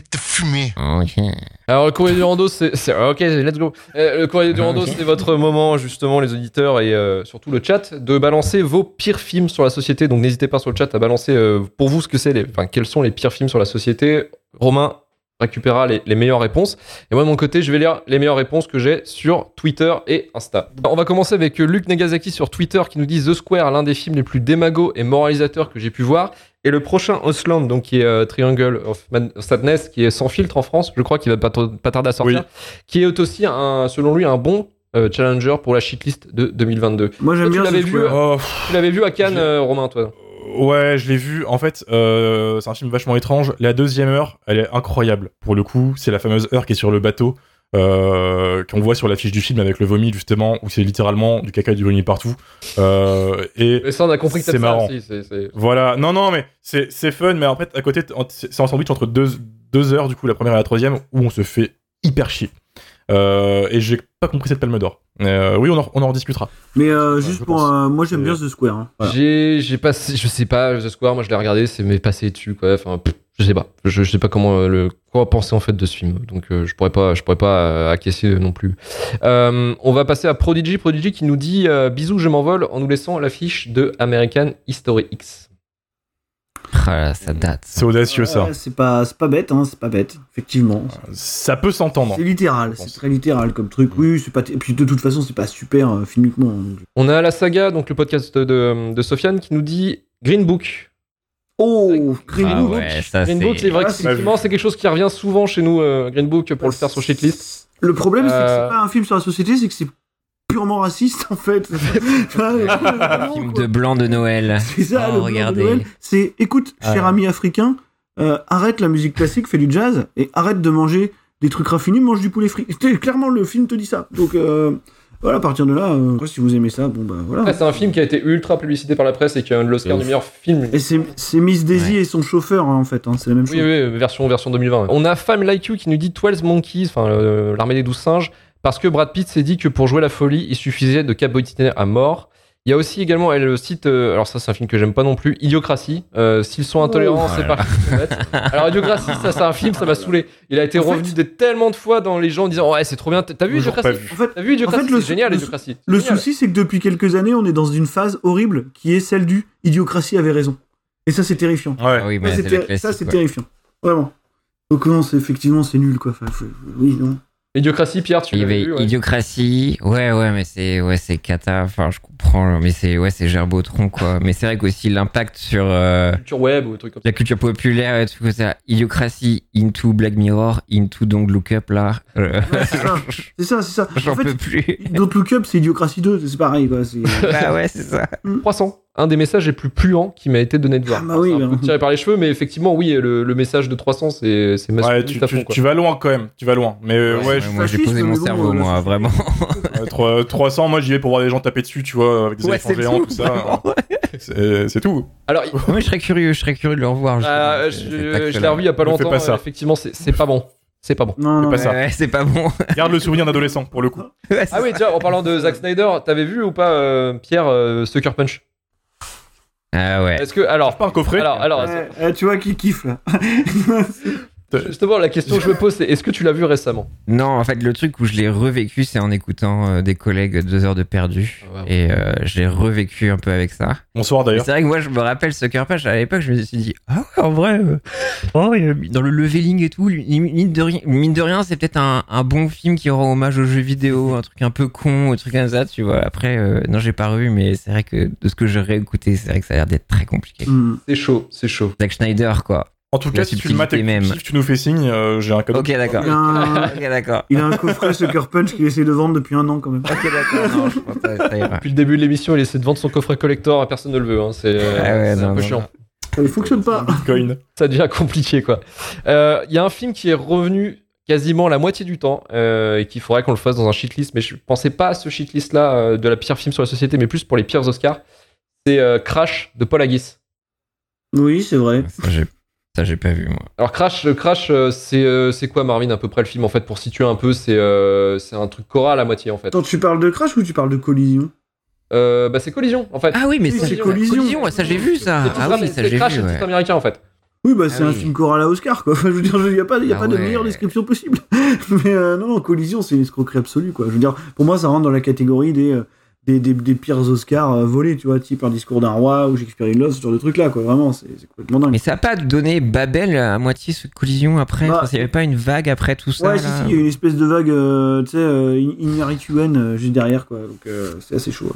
te fumer. Oh Alors le courrier du rando, c'est c'est- ah, ok, let's go. Euh, le courrier du rando, Ok. c'est votre moment justement, les auditeurs et euh, surtout le chat, de balancer vos pires films sur la société. Donc n'hésitez pas sur le chat à balancer euh, pour vous ce que c'est, les- enfin quels sont les pires films sur la société. Romain récupérera les, les meilleures réponses. Et moi de mon côté, je vais lire les meilleures réponses que j'ai sur Twitter et Insta. Alors, on va commencer avec euh, Luc Nagasaki sur Twitter qui nous dit The Square, l'un des films les plus démagos et moralisateurs que j'ai pu voir. Et le prochain Osland, donc qui est euh, Triangle of Man- Sadness, qui est sans filtre en France, je crois qu'il va pas, tôt- pas tarder à sortir, qui est aussi, un, selon lui, un bon euh, challenger pour la shitlist de 2022. Moi j'aime Tu bien l'avais ce vu, hein. joueur. Oh, pff, Tu l'avais vu à Cannes, Je- euh, Romain, toi ouais, je l'ai vu. En fait, euh, c'est un film vachement étrange. La deuxième heure, elle est incroyable. Pour le coup, c'est la fameuse heure qui est sur le bateau. euh, qu'on voit sur l'affiche du film avec le vomi justement où c'est littéralement du caca et du vomi partout Euh, et Mais ça, on a compris que C'est t'aimes ça marrant. aussi, c'est- c'est- Voilà, non, non, mais c'est c'est fun, mais en fait, à côté, t- en- c'est c'est un sandwich entre deux, deux heures, du coup, la première et la troisième, où on se fait hyper chier. Euh, et j'ai pas compris cette palme d'or. Euh, oui, on en, on en rediscutera. Mais euh, Ouais, juste je pour. pense. euh, moi j'aime Et- bien The Square. hein. Voilà. J'ai, j'ai passé, je sais pas, The Square, moi je l'ai regardé, c'est m'est passé dessus, quoi. Enfin, pff, je sais pas. Je, je sais pas comment euh, le, quoi penser en fait de ce film. Donc, euh, je pourrais pas, je pourrais pas euh, acquiescer non plus. Euh, on va passer à Prodigy. Prodigy qui nous dit euh, bisous, je m'envole en nous laissant l'affiche de American History X. Ah là, ça date. C'est audacieux, ça. Ouais, c'est pas, c'est pas bête, hein, c'est pas bête, effectivement. Ça peut s'entendre. C'est littéral, je pense. Mm. c'est très littéral comme truc. Oui, c'est pas. Et puis de toute façon, c'est pas super euh, filmiquement. donc- On a la saga, donc le podcast de, de Sofiane qui nous dit Green Book. Oh, Green Ah Book. ouais, ça Green Book, c'est c'est. vrai que Ah, c'est- effectivement, c'est quelque chose qui revient souvent chez nous, euh, Green Book, pour le faire sur shitlist. Le problème, c'est que Euh. c'est pas un film sur la société, c'est que c'est purement raciste en fait. Un film de blanc de Noël. C'est ça, Oh, le plan de regardez. Ah Noël. C'est écoute, cher Ouais. ami africain, euh, arrête la musique classique, fais du jazz et arrête de manger des trucs raffinés, mange du poulet frit. C'était- Clairement, le film te dit ça. Donc euh, voilà, à partir de là, euh, si vous aimez ça, bon bah Après, voilà. Ah, c'est un film qui a été ultra publicité par la presse et qui a eu l'Oscar De du ouf. meilleur film. Et c'est c'est Miss Daisy et son chauffeur hein, en fait, hein, c'est la même chose. Oui, oui, version, version 2020. On a Femme Like You qui nous dit 12 Monkeys, enfin euh, l'armée des 12 singes, parce que Brad Pitt s'est dit que pour jouer la folie, il suffisait de cabotiner à mort. Il y a aussi également, elle cite, euh, alors ça c'est un film que j'aime pas non plus, Idiocratie. Euh, S'ils sont intolérants, Oh c'est là pas Alors Idiocratie, ça c'est un film, ça m'a saoulé. Il a été En fait- revenu des tellement de fois dans les gens en disant ouais c'est trop bien, t'as vu Toujours Idiocratie pas vu. En fait, T'as vu Idiocratie En fait, le C'est génial sou- le Idiocratie. C'est le génial. souci, c'est que depuis quelques années, on est dans une phase horrible qui est celle du idiocratie avait raison. Et ça, c'est terrifiant. Ouais. Ah Oui, Ça, mais c'est c'est le ter- ça, c'est classique. quoi. terrifiant. Vraiment. Donc non, c'est effectivement, c'est nul quoi. Enfin, faut- oui, non. Idiocratie, Pierre, tu Il y l'avais avait vu, ouais. Idiocratie, ouais ouais mais c'est ouais c'est cata, enfin je comprends mais c'est ouais c'est Gerbotron quoi, mais c'est vrai qu'aussi l'impact sur euh, culture web ou truc comme ça. la culture populaire et tout comme ça, Idiocratie into Black Mirror into Don't Look Up là, euh, Ouais, c'est ça. C'est ça, c'est ça. j'en En fait, peux plus. Don't Look Up, c'est Idiocratie 2, c'est pareil quoi. c'est- bah ouais c'est ça. 300, un des messages les plus puants qui m'a été donné de voir. Ah bah oui, C'est un bah. peu tiré par les cheveux, mais effectivement, oui, le, le message de 300, c'est c'est Ouais, masculiniste tu, à tu- fond, quoi. tu vas loin quand même, tu vas loin. Mais euh, ouais, moi j'ai fasciste, posé mais mon bon, cerveau euh, moi le- vraiment. je- euh, trois- 300, moi j'y vais pour voir des gens taper dessus, tu vois, avec des Ouais éléphants c'est géants, tout. tout ça. vraiment. Ouais, C'est c'est tout. Alors, il- Moi je serais curieux, je serais curieux de le revoir. euh, justement. je, C'est- c'est pas que je l'ai là. revu il y a pas Ne fais longtemps, pas ça. euh, effectivement, c'est c'est pas bon. C'est pas bon. Non, non, pas non. ça. Ouais, ouais, c'est pas bon. Garde le souvenir d'adolescent pour le coup. Ouais, c'est Ah oui, tiens, en parlant de Zack Snyder, t'avais vu ou pas, euh, Pierre, euh, Sucker Punch Ah ouais. Est-ce que, alors, Pas un coffret. alors, alors, Ouais, euh, tu vois qui kiffe là. justement, la question que je me pose, c'est est-ce que tu l'as vu récemment Non, en fait, le truc où je l'ai revécu, c'est en écoutant euh, des collègues deux heures de perdu. Ah, wow. Et euh, je l'ai revécu un peu avec ça. Bonsoir Et d'ailleurs. C'est vrai que moi, je me rappelle Sucker Punch. À l'époque, je me suis dit, ah ouais, en vrai, euh, oh, il y a- dans le leveling et tout, lui- mine de, rien- mine de rien, c'est peut-être un, un bon film qui rend hommage aux jeux vidéo, un truc un peu con, un truc comme ça, tu vois. Après, euh, non, j'ai pas revu, mais c'est vrai que de ce que j'ai réécouté, c'est vrai que ça a l'air d'être très compliqué. Hmm. C'est chaud, c'est chaud. Zack Schneider, quoi. En tout La cas, si tu le mates et que subtilité tu même. kiffes, tu nous fais signe, euh, j'ai un cadeau. Ok, d'accord. Il, a un... ok, d'accord. il a un coffret Sucker Punch qu'il essaie de vendre depuis un an quand même. Ok, d'accord. Non, je pense que ça- ça ira. Depuis le début de l'émission, il essaie de vendre son coffret collector, et personne ne le veut. hein, C'est euh, Ah ouais, c'est un non, peu non, chiant. non. Ça ne fonctionne pas. Bitcoin. ça devient compliqué quoi. Euh, Il y a un film qui est revenu quasiment la moitié du temps euh, et qu'il faudrait qu'on le euh, fasse dans un shitlist, mais je pensais pas à ce shitlist là de la pire film sur la société, mais plus pour les pires Oscars. c'est euh, Crash de Paul Haggis. Oui, c'est vrai. Ça, j'ai- Ça, j'ai pas vu, moi. Alors Crash, euh, Crash, euh, c'est euh, c'est quoi Marvin à peu près le film en fait pour situer un peu c'est euh, c'est un truc choral à moitié en fait. Attends, tu parles de crash ou tu parles de collision Euh, bah c'est collision en fait. Ah oui, mais Oui, ça, c'est Collision. ouais, ça, j'ai vu ça. C'est tout Ah ça, oui, mais ça, c'est j'ai Crash, vu. c'est ouais. tout américain en fait. Oui, bah c'est Ah un oui. film choral à Oscar, quoi. Enfin, je veux dire, il n'y a pas, y a Ah pas de ouais. meilleure description possible. Mais euh, non, non, collision, c'est une escroquerie absolue, quoi. Je veux dire, pour moi, ça rentre dans la catégorie des, euh, des, des, des pires Oscars euh, volés, tu vois, type un discours d'un roi ou Shakespeare in Love, ce genre de truc-là, quoi. Vraiment, c'est c'est complètement dingue. Mais ça a pas donné Babel à moitié sous collision après Bah, Enfin, Il y avait pas une vague après tout ça ouais, si, là si, il y a une espèce de vague, euh, tu sais, euh, Ignarituenne juste derrière, quoi. Donc, euh, c'est assez chaud. ouais.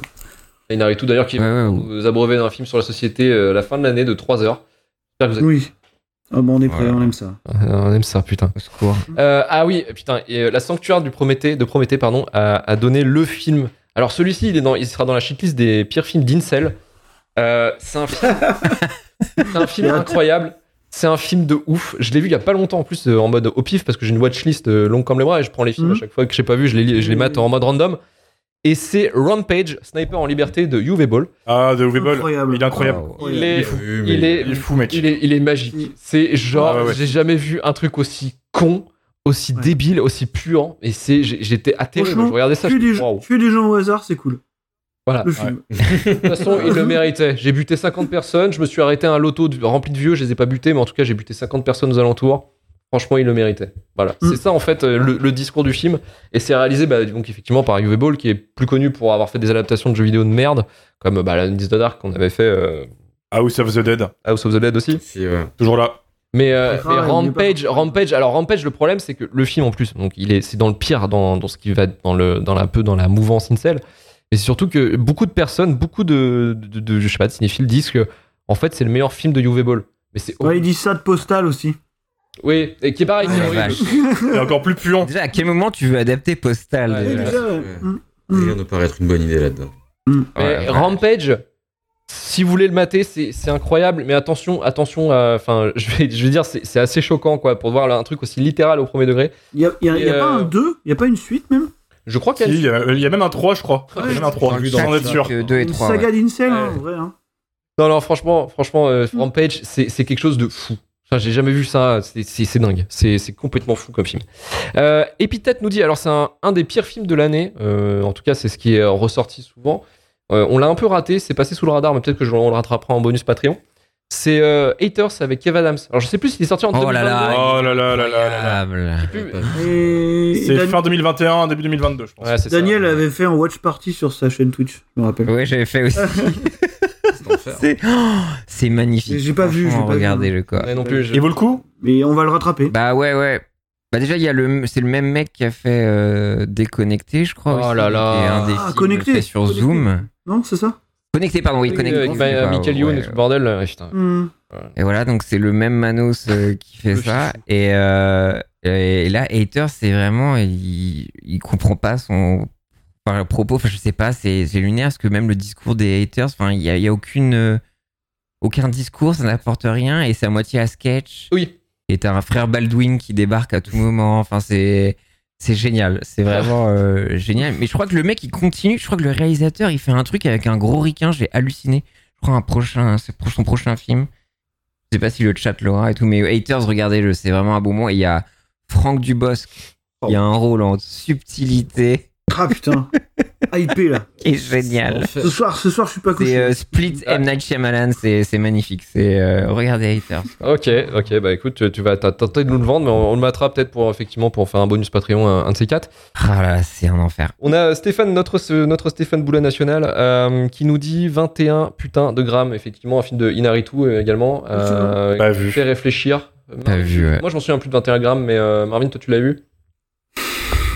Et Naruto d'ailleurs qui Ouais, ouais, ouais. nous abreuver d'un film sur la société euh, la fin de l'année de 3 heures. J'espère que vous êtes- Oui. Ah, bon, on est prêt, Voilà. on aime ça. Euh, on aime ça putain. Au secours. Euh, ah oui, putain, et euh, la Sanctuaire du Prométhée, de Prométhée pardon, a, a donné le film. Alors celui-ci, il, est dans- il sera dans la shitlist des pires films d'Incel. Euh, c'est un film, c'est un film incroyable. C'est un film de ouf. Je l'ai vu il y a pas longtemps en plus euh, en mode au pif parce que j'ai une watchlist euh, longue comme les bras et je prends les films Mhm. à chaque fois que j'ai pas vu, je les, lis- je les mate en mode random. Et c'est Rampage, Sniper en liberté de Uwe Ball. Ah, de Uwe Boll. Incroyable. Il est incroyable. Waouh. Il est, il est- Il est fou, mec. il est, il est magique. C'est genre, Ah ouais, ouais. j'ai jamais vu un truc aussi con, aussi Ouais. débile, aussi puant. Et c'est, j'ai- j'étais atterré. Franchement, Je regardais ça. je Tuer me des, dis, waouh. tuer des gens au hasard, c'est cool. Voilà. Le film. De toute façon, il le méritait. J'ai buté 50 personnes. Je me suis arrêté à un loto de- rempli de vieux. Je les ai pas butés, mais en tout cas, j'ai buté 50 personnes aux alentours. Franchement, il le méritait. Voilà. Mm. C'est ça, en fait, euh, le, le discours du film. Et c'est réalisé, bah, donc, effectivement, par Uwe Ball, qui est plus connu pour avoir fait des adaptations de jeux vidéo de merde, comme bah, la Nice de Dark qu'on avait fait, euh, Ah, House of the Dead. House of the Dead aussi. Si, ouais. Toujours là. Mais, euh, Ah, mais il est pas Rampage, dans- Rampage, alors Rampage, le problème c'est que le film en plus, donc il est, c'est dans le pire dans, dans ce qui va être dans le, dans la peu dans la mouvance incel. Mais c'est surtout que beaucoup de personnes, beaucoup de, de, de- je sais pas, de cinéphiles disent que en fait c'est le meilleur film de UV Ball. Mais c'est Ouais, il dit ça de Postal aussi. oui, et qui est pareil. Ah, qui est la horrible. vache. Il est encore plus puant. Déjà, à quel moment tu veux adapter Postal euh, Ouais, Oui, déjà déjà, ouais. Ouais. Mm, mm. Rien ne paraît être une bonne idée là-dedans. Mais Ouais, ouais. Rampage, si vous voulez le mater, c'est c'est incroyable. Mais attention, attention, à- enfin, je vais, je vais dire, c'est c'est assez choquant quoi pour voir un truc aussi littéral au premier degré. Il y a, il y a- il y a Et, pas euh, un 2 Il y a pas une suite même Je crois Si, qu'il y a Il y, a, il y a même un 3, je crois. Il y a même un 3, Vu sans dans- être sûr. 2 et Une 3. saga d'incel, Ouais. hein, en vrai. hein. Non, non, franchement, franchement euh, Rampage, c'est c'est quelque chose de fou. Enfin, j'ai jamais vu ça, c'est- c'est c'est dingue. C'est c'est complètement fou comme film. Euh, Epithète nous dit, alors c'est un, un des pires films de l'année, euh, en tout cas c'est ce qui est ressorti souvent. Euh, on l'a un peu raté, c'est passé sous le radar, mais peut-être que je, on le rattrapera en bonus Patreon. C'est euh, Haters avec Kev Adams. Alors je sais plus s'il est sorti en Oh là là. Oh là là là là là là. Incroyable. Et, et C'est Dan- fin 2021, début 2022, je pense. Ouais, c'est ça. Daniel avait fait un watch party sur sa chaîne Twitch, je me rappelle. Ouais, j'avais fait Ah. aussi. C'est l'enfer. C'est oh, c'est magnifique. J'ai pas vu, j'ai Franchement, pas vu. Regardez-le quoi. Ouais, non plus, je- Il vaut le coup Mais on va le rattraper. Bah ouais, ouais. Bah déjà, il y a le, c'est le même mec qui a fait euh, déconnecter, je crois. Oh aussi, là là. qui est un des Ah, films Connecté, faits sur Connecté. Zoom. Non, c'est ça Connecté, pardon, oui, connecté. Avec bah, Ouais, Michael ouais, Youn ouais. et tout le bordel. euh, putain. Hmm. Et voilà, donc c'est le même Manos euh, qui fait Le ça. Et, euh, et là, Hater, c'est vraiment. Il, il comprend pas son enfin, le propos. Enfin, je sais pas, c'est c'est lunaire parce que même le discours des haters, enfin, il n'y a, il y a aucune. euh, aucun discours, ça n'apporte rien et c'est à moitié à sketch. Oui. Et t'as un frère Baldwin qui débarque à tout moment. Enfin, c'est. C'est génial, c'est vraiment euh, génial. Mais je crois que le mec il continue, je crois que le réalisateur il fait un truc avec un gros riquin, j'ai halluciné. Je crois un prochain, c'est pro- son prochain film. Je sais pas si le chat l'aura et tout, mais Haters, regardez-le, c'est vraiment un bon moment. Et il y a Franck Dubosc, il y a un rôle en subtilité Ah putain, hypé là. qui est génial. Oh, C'est Ce l'enfer. soir, ce soir, je suis pas C'est couché. euh, Split ah. M. Night Shyamalan, c'est c'est magnifique. C'est euh, regardez Haters. Ok, ok, bah écoute, tu, tu vas t'as tenté de nous le vendre, mais on, on le matera peut-être pour effectivement pour faire un bonus Patreon, un, un de ces quatre. Ah là, là, c'est un enfer. On a Stéphane, notre, ce- notre Stéphane Boula National, euh, qui nous dit 21 putain de grammes, effectivement, un film de Inaritu euh, également, euh, Pas qui vu. fait réfléchir. Pas vu, ouais. Moi, je m'en souviens plus de 21 grammes, mais euh, Marvin, toi, tu l'as vu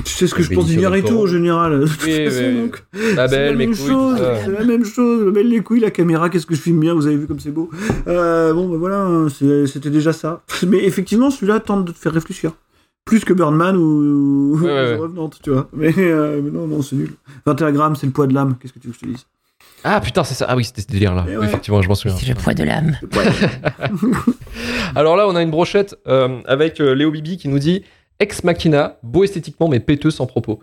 Tu sais ce que je pense Bénicio du del tout Toro. en général. De toute Oui, façon, oui, oui. donc, La c'est belle, Ah la ben, Euh, mes même couilles, tout chose, ça. c'est la même chose. La belle, les couilles, la caméra, qu'est-ce que je filme bien, vous avez vu comme c'est beau. Euh, bon, bah voilà, hein, c'est- c'était déjà ça. Mais effectivement, celui-là tente de te faire réfléchir. Plus que Birdman ou, ou Ouais, ouais, The ouais. Revenant, tu vois. Mais, euh, mais non, non, c'est nul. 21 grammes, c'est le poids de l'âme, qu'est-ce que tu veux que je te dise Ah putain, c'est ça. Ah oui, c'était ce délire là. Eh Oui, ouais. Effectivement, je m'en souviens. C'est le poids de l'âme. Le poids de l'âme. Alors là, on a une brochette euh, avec euh, Léo Bibi qui nous dit Ex Machina, beau esthétiquement mais péteux sans propos.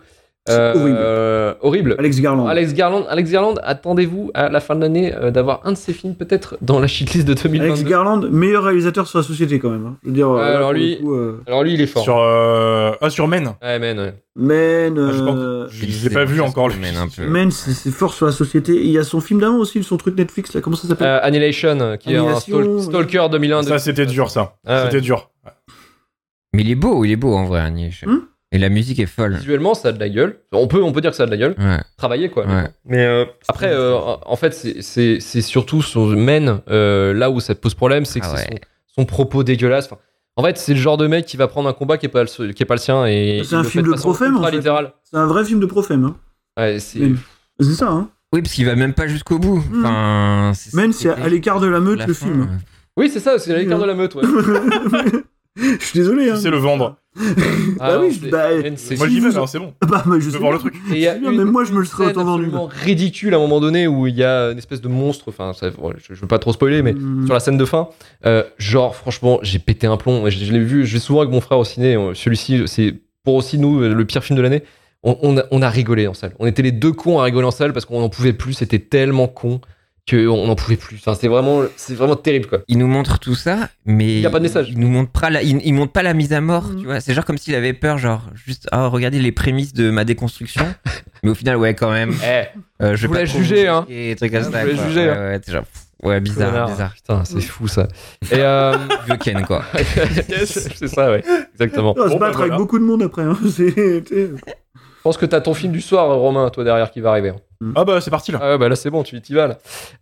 Euh, horrible. euh, horrible. Alex Garland. Alex Garland, Alex Garland, attendez-vous à la fin de l'année euh, d'avoir un de ses films peut-être dans la shitlist de Alex 2022. Garland, meilleur réalisateur sur la société quand même. hein. Je veux dire, euh, Alors pour le lui- coup, euh, Alors lui, il est fort. Sur, euh, ah, sur Men. Ouais, man, ouais. Men, Ah, je pense- euh, Je l'ai pas vu encore, lui. Mais un peu. Men, c'est c'est fort sur la société. Et il y a son film d'avant aussi, son truc Netflix là. Comment ça s'appelle Euh, Annihilation, euh, qui Annihilation, est un stal- stalker 2001. Ça, c'était dur, ça. Ah, ouais. c'était dur. Mais il est beau, il est beau en vrai, Anish. Hmm Et la musique est folle. Visuellement, ça a de la gueule. On peut, on peut dire que ça a de la gueule. Ouais, Ah Travailler, quoi. ouais. Mais euh, après, euh, en fait, c'est- c'est c'est surtout sur Men, euh, là où ça te pose problème, c'est que Ah c'est ouais. son, son propos dégueulasse. Enfin, en fait, c'est le genre de mec qui va prendre un combat qui est pas le, qui est pas le sien et C'est un film de profème, en ultra fait. littéral. C'est un vrai film de profème. Hein. Ouais, c'est Men. C'est ça, hein. Oui, parce qu'il va même pas jusqu'au bout. Hmm. Enfin, c'est- Men, c'est- c'est à l'écart de la meute la le fin, hein. film. Oui, c'est ça, c'est à l'écart de la meute. Ouais. Je suis désolé. Hein. C'est le vendre. Bah Ah, oui, c'est- je- bah, Men, c'est- Moi, si j'y vais, vous- hein, c'est bon. Bah, mais je Je sais veux voir pas. le truc. Et il y a Je me souviens, même moi, je me le serais scène autant vendu. absolument ridicule à un moment donné où il y a une espèce de monstre. Enfin, ça, bon, je, je veux pas trop spoiler, mais Mm. sur la scène de fin, euh, genre franchement, j'ai pété un plomb. Je, je l'ai vu, je vais souvent avec mon frère au ciné. euh, Celui-ci, c'est pour aussi nous euh, le pire film de l'année. On, on a, on a rigolé en salle. On était les deux cons à rigoler en salle parce qu'on n'en pouvait plus. C'était tellement con que on n'en pouvait plus. Enfin, c'est vraiment, c'est vraiment terrible quoi. Il nous montre tout ça, mais Il y a pas de message. Il nous montre pas la, il, il montre pas la mise à mort, Mhm. tu vois. C'est genre comme s'il avait peur, genre juste ah regardez les prémices de ma déconstruction. mais au final ouais quand même. Eh, euh, je vais Vous pas la trop jugez, vous hein. risquer, des trucs comme Vous ça, la quoi. jugez, Ouais, hein. ouais, t'es genre, pff, ouais, bizarre, connard. bizarre. Putain, c'est fou ça. Et euh, Vieux Ken, quoi. c'est ça, ouais, exactement. Ah, Bon, se bah, battre voilà. avec beaucoup de monde après. Hein. C'est- t'es- Je pense que t'as ton film du soir, Romain, toi derrière qui va arriver. Ah, bah, c'est parti, là. Ah ouais, bah là c'est bon, tu y vas là.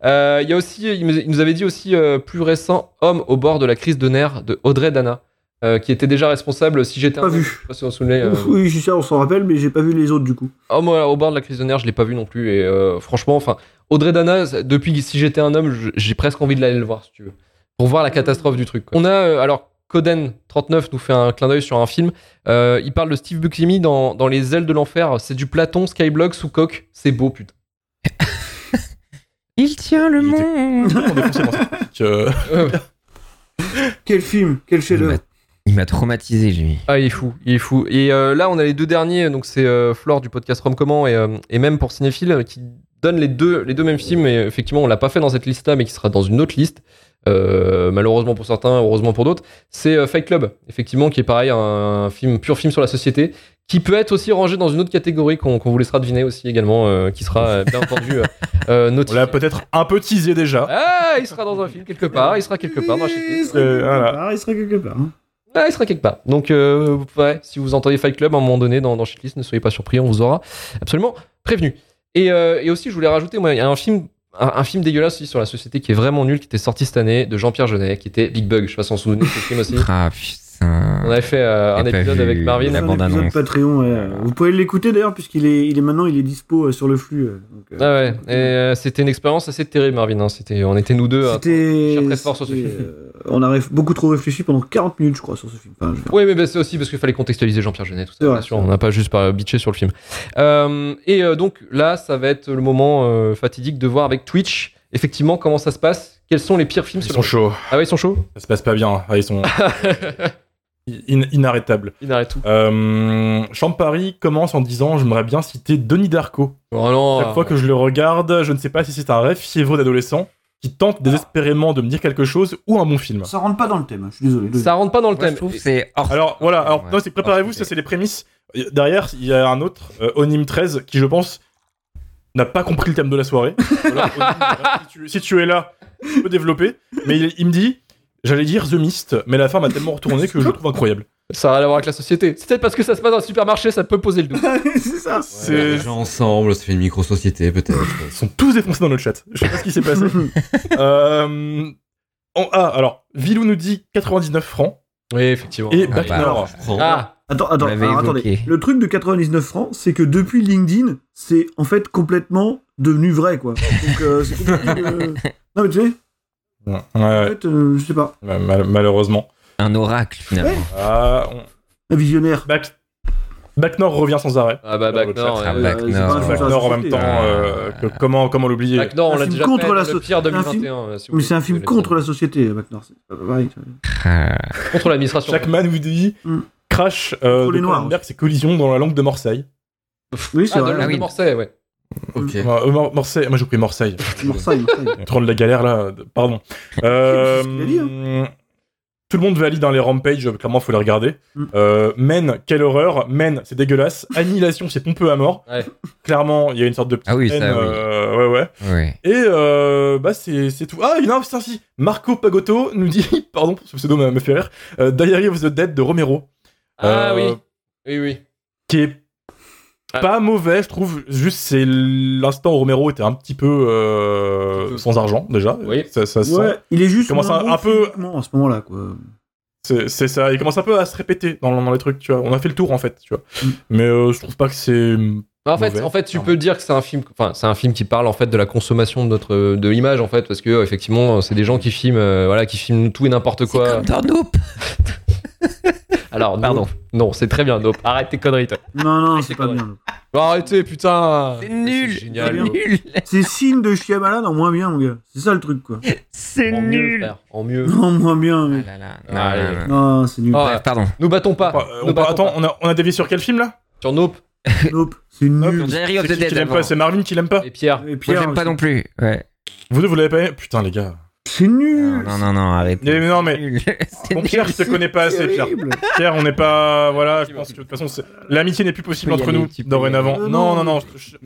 Euh, Il y a aussi, il nous- il nous avait dit aussi euh, plus récent, Homme au bord de la crise de nerfs de Audrey Dana, euh, qui était déjà responsable si j'étais Pas un vu. mec, Je sais pas si vous vous souvenez. euh, Ouf, Oui, je suis sûr, on s'en rappelle, mais j'ai pas vu les autres du coup. Homme au- au bord de la crise de nerfs, je l'ai pas vu non plus. Et euh, franchement, enfin, Audrey Dana, ça- depuis si j'étais un homme, je- j'ai presque envie de l'aller le voir si tu veux, pour voir la catastrophe du truc. quoi. On a euh, alors. Coden 39 nous fait un clin d'œil sur un film. Euh, il parle de Steve Buscemi dans, dans Les ailes de l'enfer. C'est du Platon, Skyblock, sous coque. C'est beau, putain. Il tient le Il était- monde. On défonçait dans ça. Euh, Quel film, quel Il m'a- chef-d'œuvre. il m'a traumatisé lui. Ah, il est fou, il est fou. Et euh, là, on a les deux derniers, donc c'est euh, Flore du podcast Rom Comment et, euh, et même pour Cinéphile euh, qui donnent les deux, les deux mêmes films. Et euh, effectivement, on l'a pas fait dans cette liste-là, mais qui sera dans une autre liste. Euh, malheureusement pour certains, heureusement pour d'autres. C'est euh, Fight Club, effectivement, qui est pareil, un film, pur film sur la société, qui peut être aussi rangé dans une autre catégorie qu'on qu'on vous laissera deviner aussi également, euh, qui sera euh, bien entendu euh, euh, On notifié. l'a peut-être un peu teasé déjà. Ah, il sera dans un film quelque part, il sera quelque part dans la Il checklist. sera Euh, quelque voilà. part, il sera quelque part. hein. Ah, il sera quelque part. Donc, euh, ouais, si vous entendez Fight Club à un moment donné dans, dans Shitlist, ne soyez pas surpris, on vous aura absolument prévenu. Et, euh, et aussi, je voulais rajouter, moi, il y a un film, un, un film dégueulasse aussi sur la société qui est vraiment nul, qui était sorti cette année de Jean-Pierre Jeunet, qui était Big Bug. Je sais pas si on se souvient de ce film aussi. Ah putain. On avait fait euh, un J'ai pas épisode vu. avec Marvin. La C'est un bande-annonce. épisode Patreon. ouais. Vous pouvez l'écouter d'ailleurs, puisqu'il est, il est maintenant il est dispo euh, sur le flux. euh, donc, euh, Ah ouais, et euh, c'était une expérience assez terrible, Marvin. hein. C'était, on était nous deux. hein. C'était. Cher très fort sur ce c'était, film. euh, on a réf- beaucoup trop réfléchi pendant 40 minutes, je crois, sur ce film. Enfin, je veux dire, Oui, mais bah, c'est aussi parce qu'il fallait contextualiser Jean-Pierre Jeunet, tout ça. C'est vrai. Bien sûr, on n'a pas juste pas bitché sur le film. Euh, et euh, donc là, ça va être le moment euh, fatidique de voir avec Twitch, effectivement, comment ça se passe. Quels sont les pires films Ils selon sont chauds. vous Ah ouais, ils sont chauds Ça se passe pas bien. Ah, ils sont in- inarrêtables. Ils arrêtent tout. Euh, Champ Paris commence en disant J'aimerais bien citer Denis Darko. Oh non Chaque fois que je le regarde, je ne sais pas si c'est un rêve fiévreux d'adolescent qui tente désespérément de me dire quelque chose ou un bon film. Ça rentre pas dans le thème, hein, je suis désolé. désolé. euh, Ça rentre pas dans le Moi, je thème. trouve que c'est hors. Ah, Alors voilà, alors Ouais. non, c'est- préparez-vous, ça c'est les prémices. Euh, Derrière, il y a un autre, euh, Onim 13, qui je pense n'a pas compris le thème de la soirée. Voilà, Onim, si, tu, si tu es là, tu peux développer. Mais il, il me dit, j'allais dire The Mist, mais la fin m'a tellement retourné que je le trouve incroyable. Ça a rien à voir avec la société. C'est peut-être parce que ça se passe dans un supermarché, ça peut poser le doute. c'est ça. C'est- Les gens ensemble, ça fait une micro-société Ils peut-être. sont tous défoncés dans le chat. Je sais pas ce qui s'est passé. euh, en- ah, alors, Vilou nous dit 99 francs. Oui, effectivement. Et Ah, Bac bah, Nord. Ah Attends, attends, On l'avait alors, évoqué. attendez. Le truc de 99 francs, c'est que depuis LinkedIn, c'est en fait complètement devenu vrai, quoi. Donc, euh, c'est compliqué de- Non, mais tu sais, Ouais, en ouais, fait, euh, je sais pas. ouais, mal- malheureusement. Un oracle finalement. Ah, on- Un visionnaire. Bac... Bac Nord revient sans arrêt. Ah bah, Bac Nord. Ah, euh, Bac c'est Nord. pas un film Bac sur la Nord en même société, temps, hein. euh, que- comment, comment l'oublier Bac Nord, on Un l'a film déjà contre fait. la le so- pire un film- 2021. euh, si vous Mais c'est un film voulez. contre la société, Bac Nord. C'est pas pareil. tu vois. Ah. Contre l'administration. Jackman vous dit Mm. Crash euh, Pour les de Noirs. hein. Cronenberg, c'est collision dans la langue de Marseille. Oui, c'est Ah, vrai. Dolores oui. de Morcey, ouais. Ok. Moi, euh, Mor- Marseille, moi j'ai pris Marseille. ah Marseille, Marseille. Troll de la galère là, de- pardon. Euh, C'est ce qu'il a dit, hein. Tout le monde valide dans les rampages, clairement faut les regarder. Mm. Euh, Men, quelle horreur. Men, c'est dégueulasse. Annihilation, c'est pompeux à mort. Ouais. Clairement, il y a une sorte de petite Ah oui, ça, haine, oui. euh, ouais, ouais. Ouais. Et euh, bah c'est c'est tout. Ah, il y en a un, putain, si. Marco Pagotto nous dit, pardon, ce pseudo me, me fait rire, euh, Diary of the Dead de Romero, Ah Euh, oui. Oui, oui. qui est Ah. pas mauvais, je trouve. Juste, c'est l'instant où Romero était un petit peu euh, Un petit peu. sans argent déjà. Oui. Ça, ça se sent. Ouais, il est juste Commence moins un- bon un peu- physiquement à ce moment-là quoi. C'est c'est ça, il commence un peu à se répéter dans, dans les trucs, tu vois. On a fait le tour en fait, tu vois. Mm. Mais euh, je trouve pas que c'est. Bah, en fait, Mauvais, en fait, tu clairement. peux dire que c'est un film, enfin, c'est un film qui parle en fait de la consommation de notre, de l'image en fait, parce que euh, effectivement, c'est des gens qui filment, euh, voilà, qui filment tout et n'importe C'est quoi. comme dans Nope. Alors, Pardon. Non, non, c'est très bien. Nope. Arrête tes conneries. toi. Non non, c'est pas conneries. bien. Arrêtez, putain. C'est nul. C'est génial. nul. C'est signe de Shyamala en moins bien mon gars. C'est ça le truc quoi. C'est En mieux, nul. frère. En mieux. Non, moins bien. Ah Mais... là là. Ah, Non, allez. non, non. Non, c'est nul. Oh, Bref, pardon. Nous battons pas. Enfin, euh, Nous on- battons attends, pas. on a, on a dévié sur quel film là Sur Nope Nope, c'est Hop, nul. Diary of the C'est qui Dead. qui l'aime avant. pas C'est Marvin qui l'aime pas et Pierre. Et Moi, Pierre, j'aime pas c'est- non plus. Ouais. Vous deux, vous l'avez pas aimé Putain, les gars. C'est nul. Non, non, non, arrête. Mais non, mais. Nul. C'est Bon, nul. Pierre, je te connais pas assez, C'est Ah, Pierre. horrible. Pierre, on n'est pas. Voilà, je pense que de toute façon, c'est- l'amitié n'est plus possible Tu peux y entre aller, nous tu peux y dorénavant. aller. Non, non, non, je, je-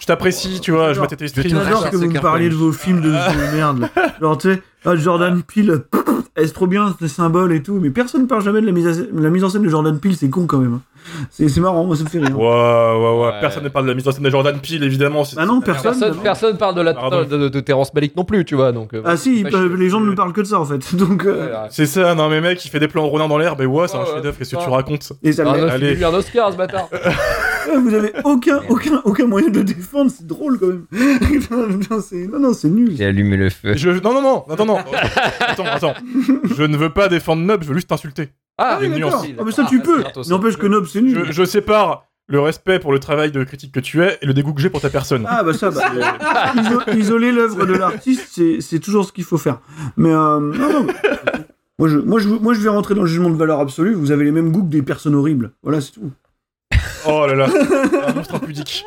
je t'apprécie, tu vois, je vois tes Je te streams. J'adore que vous me Carpenter. parliez de vos films de, de merde. là. Genre, tu sais, ah, Jordan Peele, est-ce trop bien ce symbole et tout, mais personne parle jamais de la mise, à- la mise en scène de Jordan Peele, c'est con quand même. hein. C'est c'est marrant, moi ça me fait rire. Ouais, ouais, ouais, Ouais. personne ne parle de la mise en scène de Jordan Peele, évidemment. c'est- Bah non, personne. Personne, d'abord. personne parle de la Pardon. de, de, de Terrence Malick non plus, tu vois. Donc. euh, Ah si, bah, bah, je- les gens ne me parlent que de ça en fait. Donc, euh, Ouais, ouais. C'est ça, non, mais mec, il fait des plans ronins dans l'air, mais ouais, c'est un Ouais, ouais, chef-d'œuvre, qu'est-ce que putain. tu racontes et ça Ah, me- non, Allez. c'est lui un Oscar, ce bâtard. Ouais, Euh, vous avez aucun, aucun, aucun moyen de le défendre, c'est drôle quand même. non, c'est- non, non, c'est nul. J'ai allumé le feu. Je- Non, non, non, attends, non. attends, attends. Je ne veux pas défendre Nob, je veux juste t'insulter. Ah oui, une d'accord. nuance. Ah, mais ça tu peux. N'empêche que Nob, c'est nul. Je, je sépare le respect pour le travail de critique que tu es et le dégoût que j'ai pour ta personne. Ah bah ça, bah, iso- isoler l'œuvre de l'artiste, c'est- c'est toujours ce qu'il faut faire. Mais euh, non, non, mais- moi, je, moi, je, moi je vais rentrer dans le jugement de valeur absolue, vous avez les mêmes goûts que des personnes horribles. Voilà, c'est tout. Oh là là, un monstre impudique.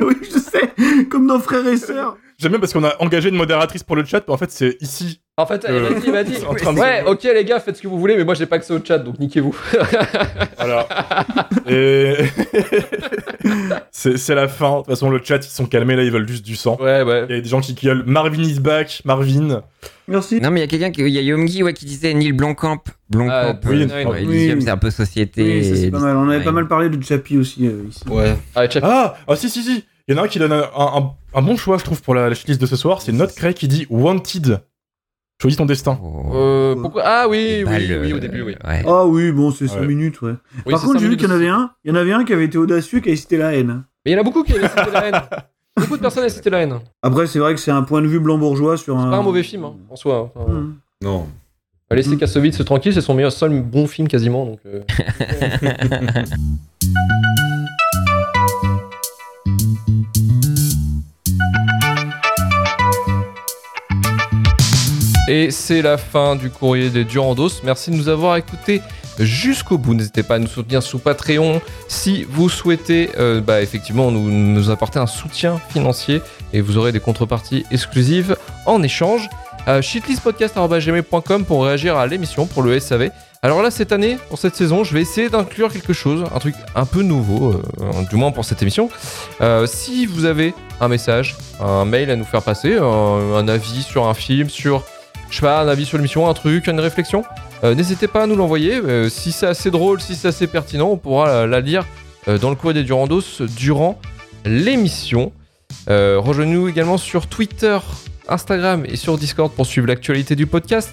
Oui, je sais, comme dans Frères et Sœurs. J'aime bien parce qu'on a engagé une modératrice pour le chat, mais en fait, c'est ici. En fait, Euh, elle m'a dit, elle m'a dit, en train de- ouais, ok les gars, faites ce que vous voulez, mais moi j'ai pas accès au chat, donc niquez-vous. Voilà. Et. c'est c'est la fin. De toute façon, le chat, ils se sont calmés, là, ils veulent juste du sang. Ouais, ouais. Il y a des gens qui gueulent Marvin is back, Marvin. Merci. Non, mais il y a quelqu'un qui. Il y a Yomgi ouais, qui disait Neil Blomkamp. Blomkamp. Ah, euh, oui, non, oui. Elysium, c'est un peu société. Oui, ça, c'est pas mal. On avait pas mal parlé de Chappie aussi euh, ici. Ouais. Ah, chat- Ah, ah, si, si, si. Il y en a un qui donne un, un- un bon choix, je trouve, pour la, la liste de ce soir. C'est Note Cray qui dit Wanted. Choisis ton destin. Oh, euh, pourquoi Ah oui, des oui, balles, oui, au euh, début, oui. ouais. Ah oui, bon, c'est 5 Ouais. minutes, ouais. Oui, Par c'est contre, cinq j'ai vu minutes qu'il y en avait de- un, il y en avait un qui avait été audacieux, qui a cité la haine. Mais il y en a beaucoup qui avaient cité la haine. Beaucoup de personnes avaient cité la haine. Après, c'est vrai que c'est un point de vue blanc bourgeois sur un. Pas un mauvais film, hein, en soi. Enfin, Mmh. Non. Bah, Laissez Kassovitz tranquille, c'est son meilleur seul bon film quasiment. Donc, euh, Et c'est la fin du courrier des Durandos. Merci de nous avoir écoutés jusqu'au bout. N'hésitez pas à nous soutenir sous Patreon si vous souhaitez euh, bah, effectivement nous, nous apporter un soutien financier et vous aurez des contreparties exclusives en échange. Euh, shitlistpodcast.gmail.com pour réagir à l'émission pour le SAV. Alors là, cette année, pour cette saison, je vais essayer d'inclure quelque chose, un truc un peu nouveau, euh, du moins pour cette émission. Euh, si vous avez un message, un mail à nous faire passer, un, un avis sur un film, sur, je sais pas, un avis sur l'émission, un truc, une réflexion, euh, n'hésitez pas à nous l'envoyer. Euh, si c'est assez drôle, si c'est assez pertinent, on pourra la, la lire euh, dans le courrier des Durandos durant l'émission. Euh, Rejoignez-nous également sur Twitter, Instagram et sur Discord pour suivre l'actualité du podcast.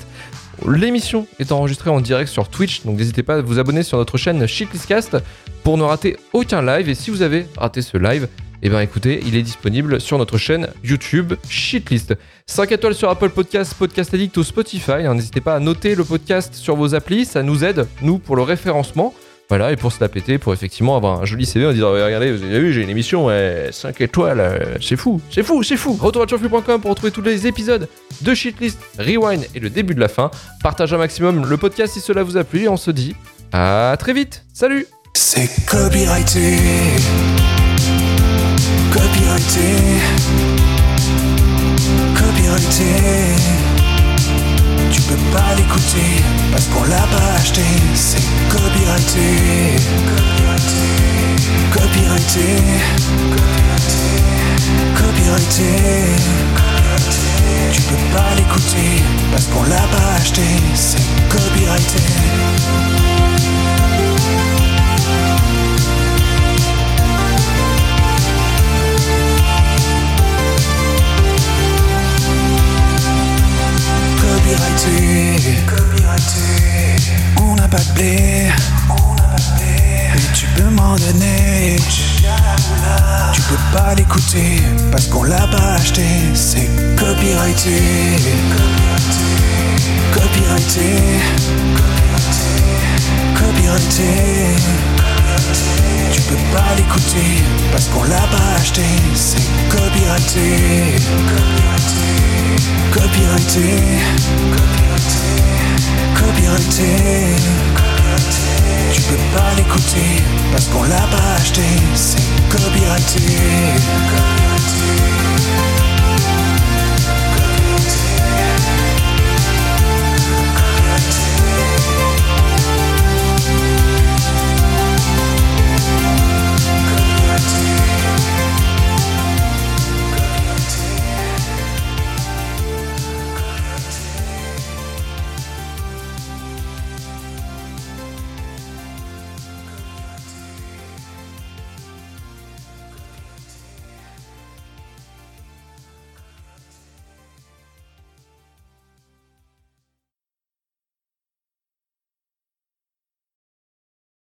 L'émission est enregistrée en direct sur Twitch, donc n'hésitez pas à vous abonner sur notre chaîne Shitlistcast pour ne rater aucun live. Et si vous avez raté ce live, eh bien écoutez, il est disponible sur notre chaîne YouTube Shitlist. 5 étoiles sur Apple Podcasts, Podcast Addict ou Spotify. hein. N'hésitez pas à noter le podcast sur vos applis, ça nous aide, nous, pour le référencement. Voilà, et pour se la péter, pour effectivement avoir un joli CV en disant Ouais, Regardez, vous avez vu, j'ai une émission, 5 étoiles, euh, c'est fou, c'est fou, c'est fou. Retour à turfu.com pour retrouver tous les épisodes de Shitlist, Rewind et le début de la fin. Partagez un maximum le podcast si cela vous a plu, et on se dit à très vite. Salut C'est copyrighté. Copyrighté. Copyrighté. Tu peux pas l'écouter parce qu'on l'a pas acheté. C'est copyrighté. Copyrighté. Copyrighté. Copyrighté. Copyrighté. Tu peux pas l'écouter parce qu'on l'a pas acheté. C'est copyrighté. Copyrighté, copyrighté. On n'a pas de blé, on n'a pas de blé. Et tu peux m'en donner, tu peux pas l'écouter parce qu'on l'a pas acheté. C'est copyrighté, copyrighté, copyrighté, copyrighté. Tu peux pas l'écouter parce qu'on l'a pas acheté. C'est copyrighté, copyrighté, copyrighté. Copyrighté. Tu peux pas l'écouter parce qu'on l'a pas acheté. C'est copyrighté. Copyrighté.